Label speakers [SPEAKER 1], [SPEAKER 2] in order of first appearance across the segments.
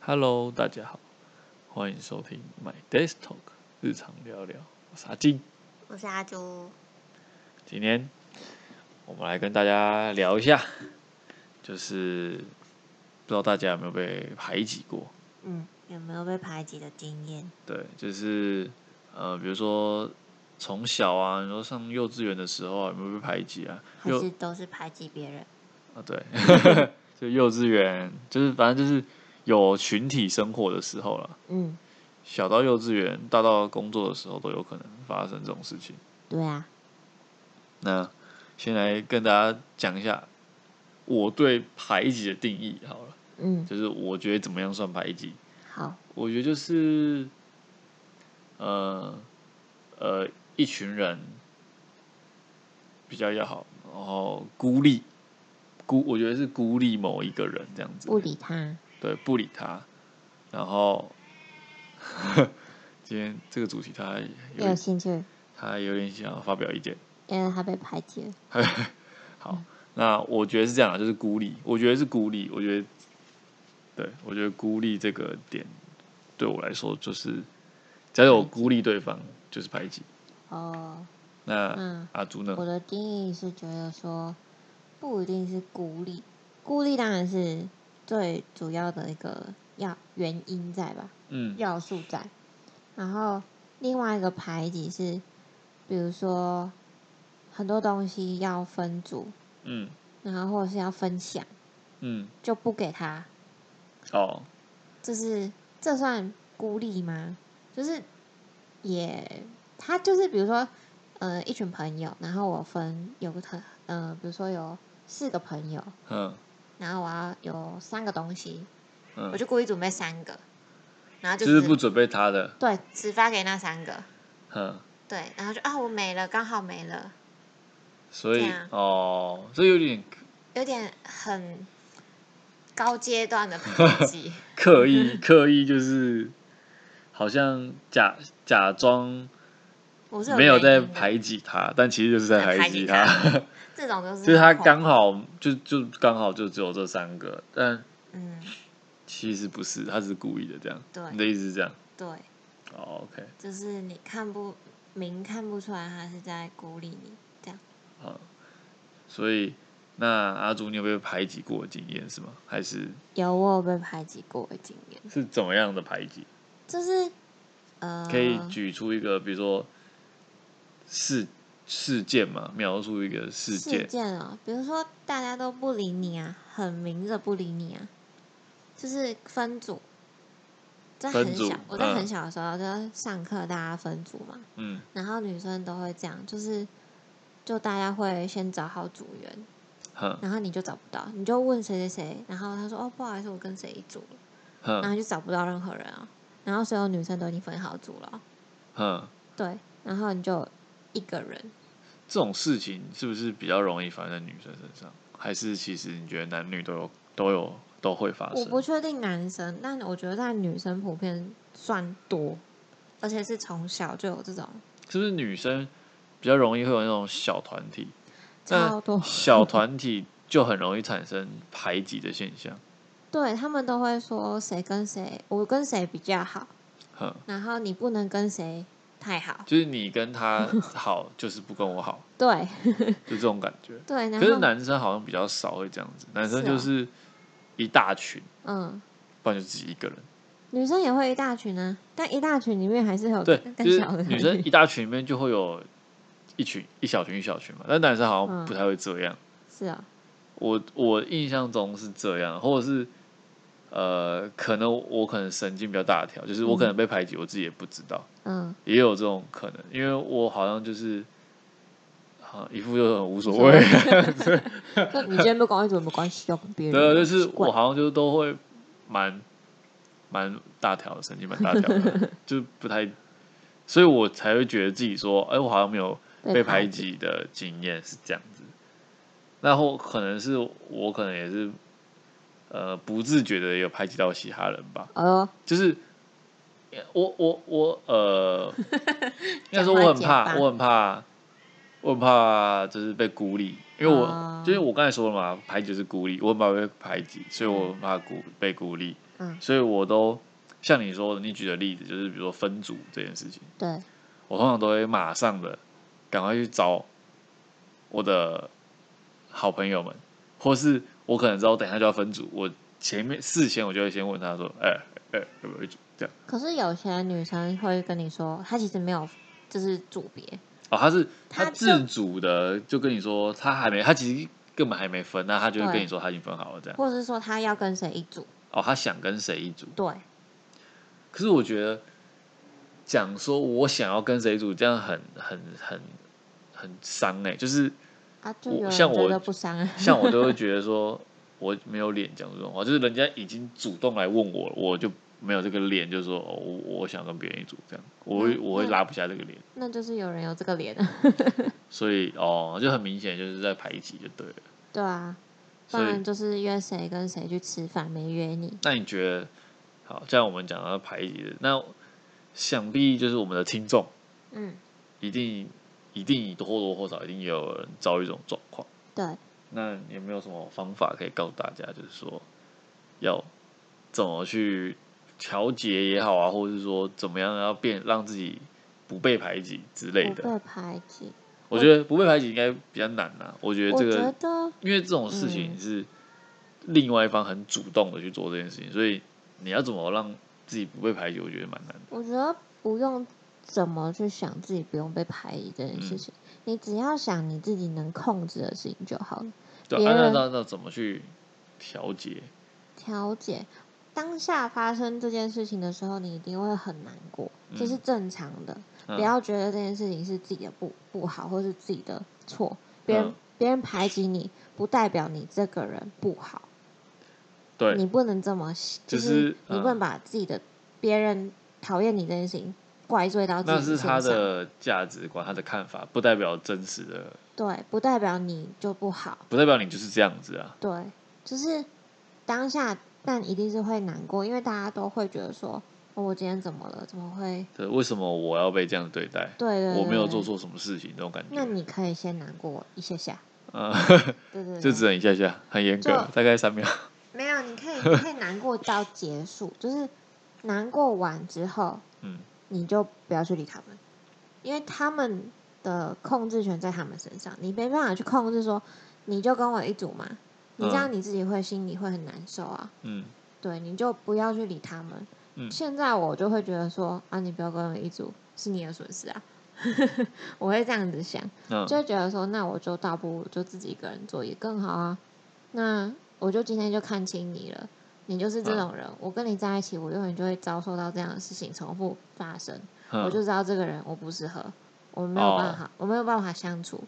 [SPEAKER 1] Hello，大家好，欢迎收听 My Desk Talk 日常聊聊，我是阿金。
[SPEAKER 2] 我是阿朱，
[SPEAKER 1] 今天我们来跟大家聊一下，就是不知道大家有没有被排挤过？
[SPEAKER 2] 嗯，有没有被排挤的经验？
[SPEAKER 1] 对，就是呃，比如说从小啊，你说上幼稚园的时候、啊、有没有被排挤啊？
[SPEAKER 2] 还
[SPEAKER 1] 幼
[SPEAKER 2] 是都是排挤别人？
[SPEAKER 1] 啊，对， 就幼稚园，就是反正就是有群体生活的时候了。
[SPEAKER 2] 嗯，
[SPEAKER 1] 小到幼稚园，大到工作的时候都有可能发生这种事情。
[SPEAKER 2] 对啊，
[SPEAKER 1] 那先来跟大家讲一下我对排挤的定义好了，
[SPEAKER 2] 嗯，
[SPEAKER 1] 就是我觉得怎么样算排挤？
[SPEAKER 2] 好，
[SPEAKER 1] 我觉得就是，呃呃，一群人比较要好，然后孤立孤，我觉得是孤立某一个人这样子，
[SPEAKER 2] 不理他。
[SPEAKER 1] 对，不理他，然后 今天这个主题他
[SPEAKER 2] 没
[SPEAKER 1] 有
[SPEAKER 2] 有兴趣，
[SPEAKER 1] 他有点想要发表意见。
[SPEAKER 2] 因为他被排挤了。
[SPEAKER 1] 好，那我觉得是这样啊，就是孤立，我觉得是孤立，我觉得，对我觉得孤立这个点对我来说就是，只要有孤立对方就是排挤。
[SPEAKER 2] 哦，
[SPEAKER 1] 那
[SPEAKER 2] 嗯，
[SPEAKER 1] 阿朱呢
[SPEAKER 2] 我？的定义是觉得说，不一定是孤立，孤立当然是最主要的一个要原因在吧，
[SPEAKER 1] 嗯
[SPEAKER 2] 要素在。然后另外一个排挤是，比如说很多东西要分组，
[SPEAKER 1] 嗯
[SPEAKER 2] 然后或者是要分享，
[SPEAKER 1] 嗯，
[SPEAKER 2] 就不给他，
[SPEAKER 1] 哦，
[SPEAKER 2] 就是这算孤立吗？就是也他就是比如说，呃，一群朋友，然后我分有个很呃，比如说有四个朋友，
[SPEAKER 1] 嗯
[SPEAKER 2] 然后我要有三个东西，
[SPEAKER 1] 嗯，
[SPEAKER 2] 我就故意准备三个，然后就
[SPEAKER 1] 就是是不准备他的，
[SPEAKER 2] 对只发给那三个，
[SPEAKER 1] 嗯，
[SPEAKER 2] 对，然后就啊我没了，刚好没了，
[SPEAKER 1] 所以
[SPEAKER 2] 这样
[SPEAKER 1] 哦，这有点
[SPEAKER 2] 有点很高阶段的排挤，
[SPEAKER 1] 刻 意刻意就是。好像假假装
[SPEAKER 2] 我是
[SPEAKER 1] 没有在
[SPEAKER 2] 原因的
[SPEAKER 1] 排挤他，但其实就是在
[SPEAKER 2] 在
[SPEAKER 1] 排
[SPEAKER 2] 排
[SPEAKER 1] 挤
[SPEAKER 2] 挤
[SPEAKER 1] 他。
[SPEAKER 2] 这种就是
[SPEAKER 1] 就是他
[SPEAKER 2] 恐
[SPEAKER 1] 刚好就就刚好就只有这三个，但
[SPEAKER 2] 嗯
[SPEAKER 1] 其实不是，他只是故意的这样。
[SPEAKER 2] 对
[SPEAKER 1] 你的意思是这样？
[SPEAKER 2] 对。
[SPEAKER 1] 哦，OK，
[SPEAKER 2] 就是你看不明看不出来他是在孤立你，这样
[SPEAKER 1] 好。所以那阿朱，你有没有排挤过的经验是吗？还是
[SPEAKER 2] 有我有被排挤过的经验，
[SPEAKER 1] 是怎么样的排挤？
[SPEAKER 2] 就是呃，
[SPEAKER 1] 可以举出一个，比如说事事件嘛，描述一个事
[SPEAKER 2] 事
[SPEAKER 1] 件。
[SPEAKER 2] 件哦，比如说大家都不理你啊，很明着不理你啊，就是分组，在
[SPEAKER 1] 分
[SPEAKER 2] 很
[SPEAKER 1] 组
[SPEAKER 2] 小我在
[SPEAKER 1] 嗯
[SPEAKER 2] 很小的时候就上课大家分组嘛，
[SPEAKER 1] 嗯
[SPEAKER 2] 然后女生都会这样，就是就大家会先找好组员，
[SPEAKER 1] 哼
[SPEAKER 2] 然后你就找不到，你就问谁谁谁，然后他说哦不好意思，我跟谁一组了。然
[SPEAKER 1] 哼
[SPEAKER 2] 后就找不到任何人啊、然后所有女生都已经分好组了哦、
[SPEAKER 1] 哼，
[SPEAKER 2] 对，然后你就一个人，
[SPEAKER 1] 这种事情是不是比较容易发生在女生身上？还是其实你觉得男女都有都有都会发
[SPEAKER 2] 我
[SPEAKER 1] 生？
[SPEAKER 2] 不确定男生，但我觉得在女生普遍算多，而且是从小就有这种
[SPEAKER 1] 是不是女生比较容易会有那种小团体？但
[SPEAKER 2] 超多，
[SPEAKER 1] 小团体就很容易产生排挤的现象。
[SPEAKER 2] 对他们都会说谁跟谁，我跟谁比较好，
[SPEAKER 1] 哼，
[SPEAKER 2] 然后你不能跟谁太好，
[SPEAKER 1] 就是你跟他好，就是不跟我好，
[SPEAKER 2] 对
[SPEAKER 1] 就这种感觉。
[SPEAKER 2] 对，然
[SPEAKER 1] 可是
[SPEAKER 2] 后
[SPEAKER 1] 男生好像比较少会这样子，男生
[SPEAKER 2] 是
[SPEAKER 1] 就
[SPEAKER 2] 哦
[SPEAKER 1] 是一大群，
[SPEAKER 2] 嗯。
[SPEAKER 1] 不然就自己一个人。
[SPEAKER 2] 女生也会一大群呢、但一大群里面还是有
[SPEAKER 1] 对，就
[SPEAKER 2] 更
[SPEAKER 1] 是
[SPEAKER 2] 小的
[SPEAKER 1] 女生一大群里面就会有一群一小群一小群嘛，但男生好像
[SPEAKER 2] 嗯
[SPEAKER 1] 不太会这样。
[SPEAKER 2] 是啊，
[SPEAKER 1] 我我印象中是这样，或者是呃，可能我可能神经比较大条，就是我可能被排挤，我自己也不知道，
[SPEAKER 2] 嗯，
[SPEAKER 1] 也有这种可能，因为我好像就是好像一副就很无所
[SPEAKER 2] 无所
[SPEAKER 1] 谓，
[SPEAKER 2] 就你今天不管我怎么关系，要跟别 人
[SPEAKER 1] 对，啊 就是
[SPEAKER 2] 奇怪
[SPEAKER 1] 我好像就都会蛮蛮大条的，神经蛮大条 的，就不太，所以我才会觉得自己说，哎、我好像没有被排，挤的经验是这样子。然后可能是我可能也是，呃，不自觉的有排挤到其他人吧。
[SPEAKER 2] 哎呦，
[SPEAKER 1] 就是 呃我我我呃，应该说
[SPEAKER 2] 讲话
[SPEAKER 1] 我很
[SPEAKER 2] 结
[SPEAKER 1] 怕，
[SPEAKER 2] 巴
[SPEAKER 1] 我很怕我很怕就是被孤立，因为我、
[SPEAKER 2] 哦
[SPEAKER 1] 就是我刚才说了嘛，排挤就是孤立，我很怕被排挤，所以我很怕孤被孤立，
[SPEAKER 2] 嗯，
[SPEAKER 1] 所以我都像你说的，你举的例子就是比如说分组这件事情，
[SPEAKER 2] 对，
[SPEAKER 1] 我通常都会马上的赶快去找我的好朋友们，或是我可能知道我等一下就要分组，我前面事先我就会先问他说，哎、哎、要不要一组？这样
[SPEAKER 2] 可是有些女生会跟你说，她其实没有，就是组别，
[SPEAKER 1] 哦，他是
[SPEAKER 2] 他
[SPEAKER 1] 他
[SPEAKER 2] 就
[SPEAKER 1] 自主的，就跟你说他还没，他其实根本还没分，那他就会
[SPEAKER 2] 对
[SPEAKER 1] 跟你说他已经分好了这样。
[SPEAKER 2] 或者是说她要跟谁一组，
[SPEAKER 1] 哦，他想跟谁一组？
[SPEAKER 2] 对，
[SPEAKER 1] 可是我觉得讲说我想要跟谁一组，这样很很很很伤哎、就是
[SPEAKER 2] 啊，就
[SPEAKER 1] 我
[SPEAKER 2] 有人
[SPEAKER 1] 像
[SPEAKER 2] 觉
[SPEAKER 1] 我
[SPEAKER 2] 得不伤啊，
[SPEAKER 1] 像我都会觉得说我没有脸讲这种话，就是人家已经主动来问我，我就没有这个脸，就说哦，我我想跟别人一组这样，我会
[SPEAKER 2] 嗯
[SPEAKER 1] 我会
[SPEAKER 2] 那
[SPEAKER 1] 拉不下这个脸，
[SPEAKER 2] 那就是有人有这个脸啊，
[SPEAKER 1] 所以哦，就很明显就是在排挤就对了。
[SPEAKER 2] 对啊，不
[SPEAKER 1] 所以
[SPEAKER 2] 然就是约谁跟谁去吃饭，没约你，
[SPEAKER 1] 那你觉得，好，这样我们讲到排挤的，那想必就是我们的听众
[SPEAKER 2] 嗯，
[SPEAKER 1] 一定一定或多或少一定也有人遭遇这种状况。
[SPEAKER 2] 对，
[SPEAKER 1] 那有没有什么方法可以告诉大家，就是说要怎么去调节也好啊，或者是说怎么样要变让自己不被排挤之类
[SPEAKER 2] 不
[SPEAKER 1] 的？
[SPEAKER 2] 被排挤，
[SPEAKER 1] 我觉得不被排挤应该比较难啊。我觉得
[SPEAKER 2] 我
[SPEAKER 1] 这
[SPEAKER 2] 觉
[SPEAKER 1] 个，
[SPEAKER 2] 得
[SPEAKER 1] 因为这种事情是另外一方很主动的去做这件事情，所以你要怎么让自己不被排挤，我觉得蛮难的。
[SPEAKER 2] 我觉得不用怎么去想自己不用被排挤这件事
[SPEAKER 1] 嗯
[SPEAKER 2] 情，你只要想你自己能控制的事情就好了。
[SPEAKER 1] 对
[SPEAKER 2] 别
[SPEAKER 1] 啊，那
[SPEAKER 2] 人
[SPEAKER 1] 那那怎么去调节？
[SPEAKER 2] 调解当下发生这件事情的时候，你一定会很难过，这是
[SPEAKER 1] 嗯
[SPEAKER 2] 正常的。
[SPEAKER 1] 嗯
[SPEAKER 2] 不要觉得这件事情是自己的不不好，或是自己的错。别人、
[SPEAKER 1] 嗯
[SPEAKER 2] 别人排挤你，不代表你这个人不好。
[SPEAKER 1] 对，
[SPEAKER 2] 你不能这么想，
[SPEAKER 1] 就
[SPEAKER 2] 就
[SPEAKER 1] 是
[SPEAKER 2] 是你
[SPEAKER 1] 嗯
[SPEAKER 2] 不能把自己的别人讨厌你这件事情怪罪到自
[SPEAKER 1] 那
[SPEAKER 2] 己身
[SPEAKER 1] 是
[SPEAKER 2] 上。
[SPEAKER 1] 他的价值观，他的看法，不代表真实的，
[SPEAKER 2] 对，不代表你就不好。
[SPEAKER 1] 不代表你就是这样子啊。
[SPEAKER 2] 对，就是当下，但一定是会难过，因为大家都会觉得说，哦、我今天怎么了？怎么会？
[SPEAKER 1] 对，为什么我要被这样对待？
[SPEAKER 2] 对对对，
[SPEAKER 1] 我没有做
[SPEAKER 2] 对。
[SPEAKER 1] 错什么事情，这种感
[SPEAKER 2] 嗯那
[SPEAKER 1] 觉。
[SPEAKER 2] 你可以先难过一下下，
[SPEAKER 1] 嗯，
[SPEAKER 2] 对对 对，
[SPEAKER 1] 就只能一下下，很严格
[SPEAKER 2] 就，
[SPEAKER 1] 大概三秒。
[SPEAKER 2] 没有，你可以你可以难过到结束， 就是难过完之后，
[SPEAKER 1] 嗯，
[SPEAKER 2] 你就不要去理他们，因为他们的控制权在他们身上，你没办法去控制说，你就跟我一组嘛，你这样你自己会心里会很难受啊。
[SPEAKER 1] 嗯
[SPEAKER 2] 对，你就不要去理他们。
[SPEAKER 1] 嗯
[SPEAKER 2] 现在我就会觉得说啊，你不要跟我一组，是你的损失啊。 我会这样子想，
[SPEAKER 1] 嗯
[SPEAKER 2] 就会觉得说，那我就倒不如就自己一个人做也更好啊。那我就今天就看清你了，你就是这种人，我跟你在一起，我永远就会遭受到这样的事情重复发生。我
[SPEAKER 1] 嗯，
[SPEAKER 2] 就知道这个人我不适合，我没有办
[SPEAKER 1] 哦
[SPEAKER 2] 法，我没有办法相处。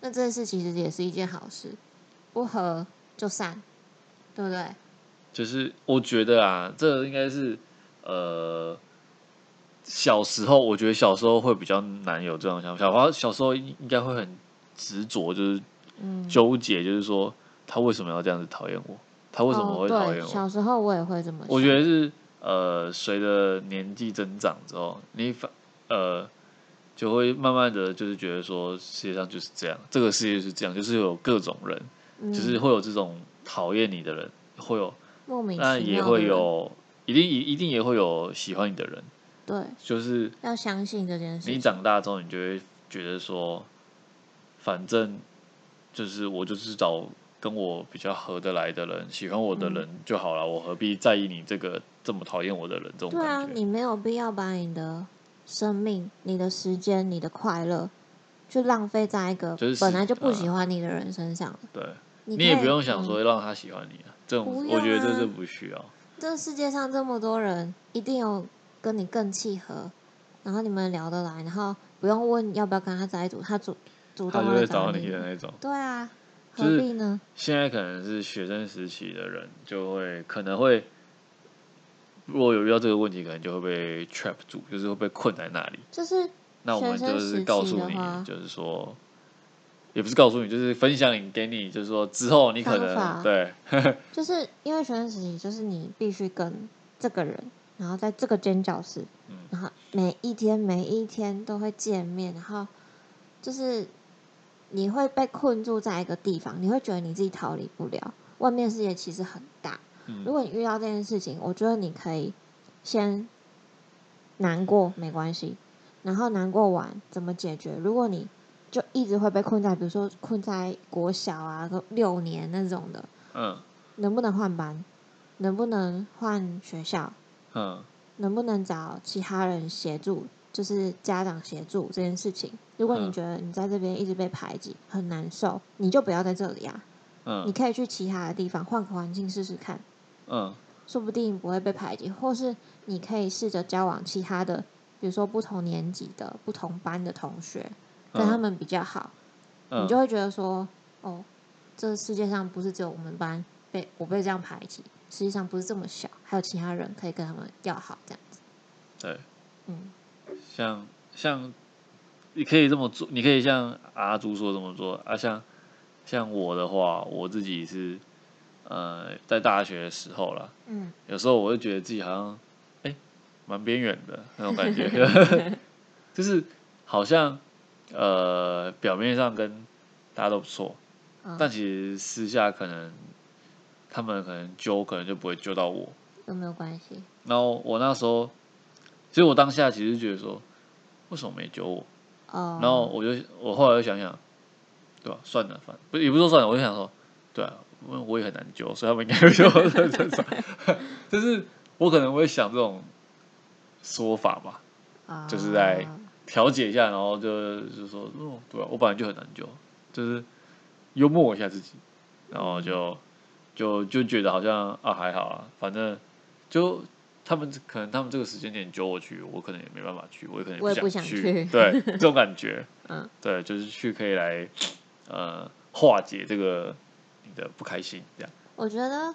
[SPEAKER 2] 那这件事其实也是一件好事，不合就散，对不对？
[SPEAKER 1] 就是我觉得啊，这个应该是呃，小时候我觉得小时候会比较难有这种想法，小花小时候应应该会很执着，就是
[SPEAKER 2] 嗯，
[SPEAKER 1] 纠结，就是说他为什么要这样子讨厌我？他为什么
[SPEAKER 2] 哦
[SPEAKER 1] 会
[SPEAKER 2] 对
[SPEAKER 1] 讨厌我？
[SPEAKER 2] 小时候我也嗯会这么想，
[SPEAKER 1] 我觉得是呃，随着年纪增长之后，你反呃就会慢慢的就是觉得说，世界上就是这样，这个世界就是这样，就是有各种人，
[SPEAKER 2] 嗯
[SPEAKER 1] 就是会有这种讨厌你的人，会有
[SPEAKER 2] 莫名
[SPEAKER 1] 那
[SPEAKER 2] 其
[SPEAKER 1] 也
[SPEAKER 2] 妙
[SPEAKER 1] 会
[SPEAKER 2] 的
[SPEAKER 1] 有，一定一定也会有喜欢你的人，
[SPEAKER 2] 对，
[SPEAKER 1] 就是
[SPEAKER 2] 要相信这件事情。
[SPEAKER 1] 你长大之后，你就会觉得说，反正就是我就是找跟我比较合得来的人，喜欢我
[SPEAKER 2] 嗯
[SPEAKER 1] 的人就好了，我何必在意你这个这么讨厌我的人这种
[SPEAKER 2] 对啊，
[SPEAKER 1] 感觉？
[SPEAKER 2] 你没有必要把你的生命、你的时间、你的快乐，去浪费在一个
[SPEAKER 1] 就是时
[SPEAKER 2] 本来就不
[SPEAKER 1] 嗯
[SPEAKER 2] 喜欢你的人身上。
[SPEAKER 1] 对，你
[SPEAKER 2] 你可
[SPEAKER 1] 也
[SPEAKER 2] 以
[SPEAKER 1] 不用想
[SPEAKER 2] 嗯
[SPEAKER 1] 说让他喜欢你啊，这种
[SPEAKER 2] 不
[SPEAKER 1] 我觉得
[SPEAKER 2] 用啊
[SPEAKER 1] 这是不需要。
[SPEAKER 2] 这世界上这么多人，一定有跟你更契合，然后你们聊得来，然后不用问要不要跟他在一组，他主主
[SPEAKER 1] 他
[SPEAKER 2] 动
[SPEAKER 1] 就
[SPEAKER 2] 来
[SPEAKER 1] 会找
[SPEAKER 2] 啊你
[SPEAKER 1] 你的。那种。
[SPEAKER 2] 对啊，
[SPEAKER 1] 就
[SPEAKER 2] 何
[SPEAKER 1] 是
[SPEAKER 2] 必呢？
[SPEAKER 1] 现在可能是学生时期的人，就会可能会，如果有遇到这个问题，可能就会被 trap 住，就是会被困在那里。
[SPEAKER 2] 就是
[SPEAKER 1] 那我们
[SPEAKER 2] 学生
[SPEAKER 1] 就
[SPEAKER 2] 时期
[SPEAKER 1] 是
[SPEAKER 2] 的
[SPEAKER 1] 告诉
[SPEAKER 2] 话
[SPEAKER 1] 你，就是说，也不是告诉你，就是分享你给你，就是说之后你可
[SPEAKER 2] 方法
[SPEAKER 1] 能对，
[SPEAKER 2] 就是因为学生时期，就是你必须跟这个人，然后在这个间教室，
[SPEAKER 1] 嗯
[SPEAKER 2] 然后每一天每一天都会见面，然后就是你会被困住在一个地方，你会觉得你自己逃离不了，外面世界其实很大。如
[SPEAKER 1] 嗯，
[SPEAKER 2] 果你遇到这件事情，我觉得你可以先难过没关系，然后难过完怎么解决？如果你就一直会被困在，比如说困在国小啊，个六年那种的，
[SPEAKER 1] 嗯
[SPEAKER 2] 能不能换班？能不能换学校？
[SPEAKER 1] 嗯
[SPEAKER 2] 能不能找其他人协助？就是家长协助这件事情。如果你
[SPEAKER 1] 嗯
[SPEAKER 2] 觉得你在这边一直被排挤，很难受，你就不要在这里啊！你
[SPEAKER 1] 嗯
[SPEAKER 2] 可以去其他的地方，换个环境试试看。
[SPEAKER 1] 嗯
[SPEAKER 2] 说不定不会被排挤，或是你可以试着交往其他的，比如说不同年级的、不同班的同学，跟他
[SPEAKER 1] 嗯，
[SPEAKER 2] 们比较好，
[SPEAKER 1] 嗯
[SPEAKER 2] 你就会觉得说，哦，这世界上不是只有我们班被我被这样排挤，世界上不是这么小，还有其他人可以跟他们要好，这样子，
[SPEAKER 1] 对，
[SPEAKER 2] 嗯，
[SPEAKER 1] 像像你可以这么做，你可以像阿朱说这么做啊，像像我的话，我自己是呃在大学的时候啦，
[SPEAKER 2] 嗯，
[SPEAKER 1] 有时候我会觉得自己好像哎蛮边缘的那种感觉，就是好像呃表面上跟大家都不错，但
[SPEAKER 2] 嗯，
[SPEAKER 1] 其实私下可能他们可能揪，可能就不会揪到我。
[SPEAKER 2] 有没有关系？
[SPEAKER 1] 然后我那时候，所以我当下其实觉得说，为什么没揪我？
[SPEAKER 2] 哦，
[SPEAKER 1] 然后我就我后来就想想，对吧、算了，反正不也不是说算了，我就想说，对啊，因为我也很难揪，所以他们应该会 揪我这这种，就是我可能会想这种说法吧，
[SPEAKER 2] 哦
[SPEAKER 1] 就是在调解一下，然后就就说，嗯，对啊，我本来就很难揪，就是幽默一下自己，然后就就就觉得好像啊还好啊，反正就他们可能他们这个时间点揪我去，我可能也没办法去，我也可能
[SPEAKER 2] 我也不
[SPEAKER 1] 想
[SPEAKER 2] 想去
[SPEAKER 1] 对，这种感觉，
[SPEAKER 2] 嗯，
[SPEAKER 1] 对，就是去可以来呃化解这个你的不开心，这样，
[SPEAKER 2] 我觉得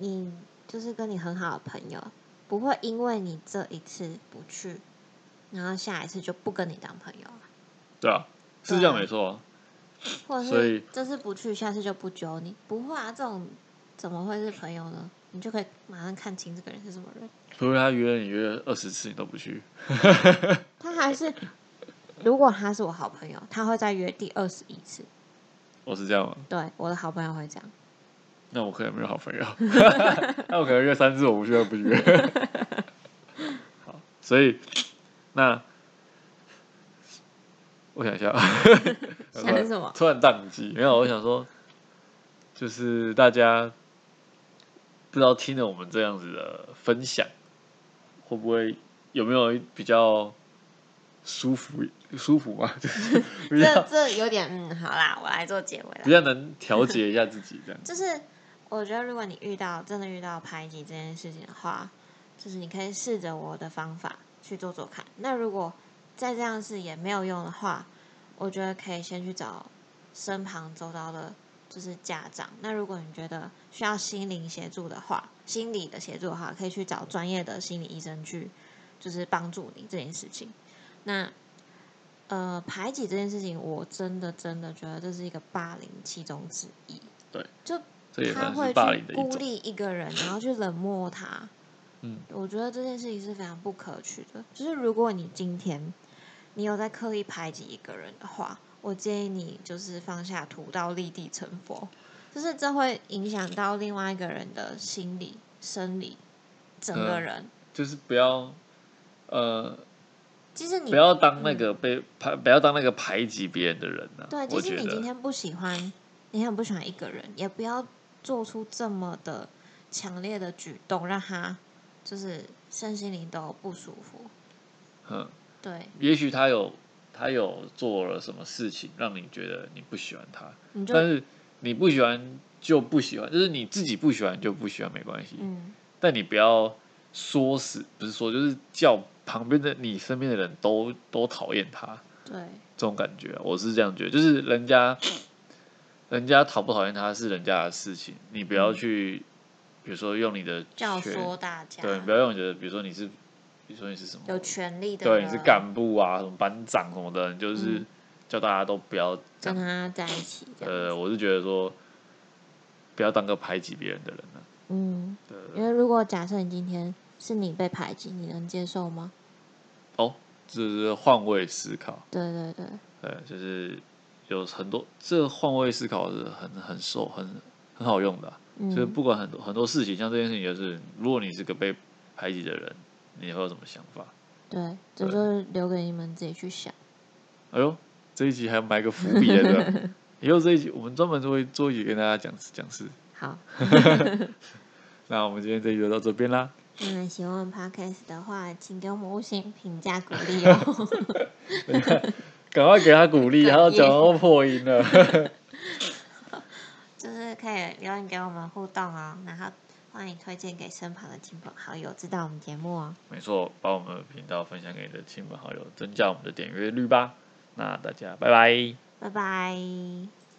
[SPEAKER 2] 你就是跟你很好的朋友，不会因为你这一次不去，然后下一次就不跟你当朋友了，
[SPEAKER 1] 对啊，是这样没错啊，
[SPEAKER 2] 嗯或者
[SPEAKER 1] 所
[SPEAKER 2] 是
[SPEAKER 1] 以
[SPEAKER 2] 这次不去，下次就不揪你，不会啊，这种怎么会是朋友呢？你就可以马上看清这个人是什么人，
[SPEAKER 1] 除非他约你约二十次你都不去，
[SPEAKER 2] 他还是。如果他是我好朋友，他会再约第二十一次。
[SPEAKER 1] 我哦是这样吗？
[SPEAKER 2] 对，我的好朋友会这样。
[SPEAKER 1] 那我可能没有好朋友， 那我可能约三次我不去 不约。好，所以那我想一下，呃
[SPEAKER 2] 想什么
[SPEAKER 1] 突然宕机，没有，我想说，就是大家不知道听了我们这样子的分享，会不会有没有比较舒服舒服吗？ 就是比
[SPEAKER 2] 这
[SPEAKER 1] 较
[SPEAKER 2] 这有点嗯，好啦，我来做结尾啦。
[SPEAKER 1] 比较能调节一下自己这样。
[SPEAKER 2] 就是我觉得，如果你遇到真的遇到排挤这件事情的话，就是你可以试着我的方法去做做看。那如果再这样试也没有用的话，我觉得可以先去找身旁周遭的，就是家长。那如果你觉得需要心灵协助的话，心理的协助的话，可以去找专业的心理医生去，就是帮助你这件事情。那呃，排挤这件事情，我真的真的觉得这是一个霸凌其中之一。
[SPEAKER 1] 对，
[SPEAKER 2] 就
[SPEAKER 1] 这也
[SPEAKER 2] 他
[SPEAKER 1] 算
[SPEAKER 2] 会
[SPEAKER 1] 是
[SPEAKER 2] 去
[SPEAKER 1] 霸凌的一
[SPEAKER 2] 孤
[SPEAKER 1] 种。
[SPEAKER 2] 立一个人，然后去冷漠他。
[SPEAKER 1] 嗯，
[SPEAKER 2] 我觉得这件事情是非常不可取的。就是如果你今天你有在刻意排挤一个人的话，我建议你就是放下屠刀立地成佛，就是这会影响到另外一个人的心理、生理，整个
[SPEAKER 1] 嗯
[SPEAKER 2] 人。
[SPEAKER 1] 就是不要，呃，
[SPEAKER 2] 其实你嗯
[SPEAKER 1] 不要当那个被排，不要当那个排挤别人的人呐、
[SPEAKER 2] 对，
[SPEAKER 1] 我
[SPEAKER 2] 即使
[SPEAKER 1] 觉
[SPEAKER 2] 你今
[SPEAKER 1] 得，
[SPEAKER 2] 天不喜欢，你很不喜欢一个人，也不要做出这么的强烈的举动，让他就是身心灵都不舒服。
[SPEAKER 1] 嗯，
[SPEAKER 2] 对，
[SPEAKER 1] 也许他有他有做了什么事情，让你觉得你不喜欢他，
[SPEAKER 2] 你就
[SPEAKER 1] 但是你不喜欢就不喜欢，就是你自己不喜欢就不喜欢没关系，
[SPEAKER 2] 嗯，
[SPEAKER 1] 但你不要说死，不是说就是叫旁边的你身边的人都都讨厌他，
[SPEAKER 2] 对，
[SPEAKER 1] 这种感觉，我是这样觉得，就是人家，人家讨不讨厌他是人家的事情，你不要去，比如说用你的
[SPEAKER 2] 教
[SPEAKER 1] 权
[SPEAKER 2] 唆大家
[SPEAKER 1] 对，你不要用你的，比如说你是，比如说你是什么，
[SPEAKER 2] 有权利的
[SPEAKER 1] 对，你是
[SPEAKER 2] 人
[SPEAKER 1] 干部啊，什么班长什么的，你就是
[SPEAKER 2] 嗯
[SPEAKER 1] 叫大家都不要这
[SPEAKER 2] 跟
[SPEAKER 1] 样。
[SPEAKER 2] 他在一起这样
[SPEAKER 1] 呃，
[SPEAKER 2] 子，
[SPEAKER 1] 我是觉得说，不要当个排挤别人的人啊。
[SPEAKER 2] 嗯，
[SPEAKER 1] 对
[SPEAKER 2] 因为如果假设你今天是你被排挤，你能接受吗？
[SPEAKER 1] 哦，这是换位思考，
[SPEAKER 2] 对对对，
[SPEAKER 1] 对，就是有很多这换位思考是很很受很很好用的啊、
[SPEAKER 2] 嗯
[SPEAKER 1] 就是不管很多很多事情，像这件事情，就是如果你是个被排挤的人，你会有什么想法？
[SPEAKER 2] 对，这
[SPEAKER 1] 对
[SPEAKER 2] 就是留给你们自己去想。
[SPEAKER 1] 哎呦，这一集还埋个伏笔来 着。以后这一集我们专门会做一集跟大家讲讲事。
[SPEAKER 2] 好，
[SPEAKER 1] 那我们今天这一集就到这边啦。
[SPEAKER 2] 那喜欢 podcast 的话，请给我们五星评价鼓励哦。
[SPEAKER 1] 赶快给他鼓 励，
[SPEAKER 2] 哽咽
[SPEAKER 1] 他要讲到破音 了。
[SPEAKER 2] 就是可以留言给我们互动哦，然后欢迎推荐给身旁的亲朋好友知道我们节目哦。
[SPEAKER 1] 没错，把我们的频道分享给你的亲朋好友，增加我们的点阅率吧。那大家拜拜。
[SPEAKER 2] 拜拜。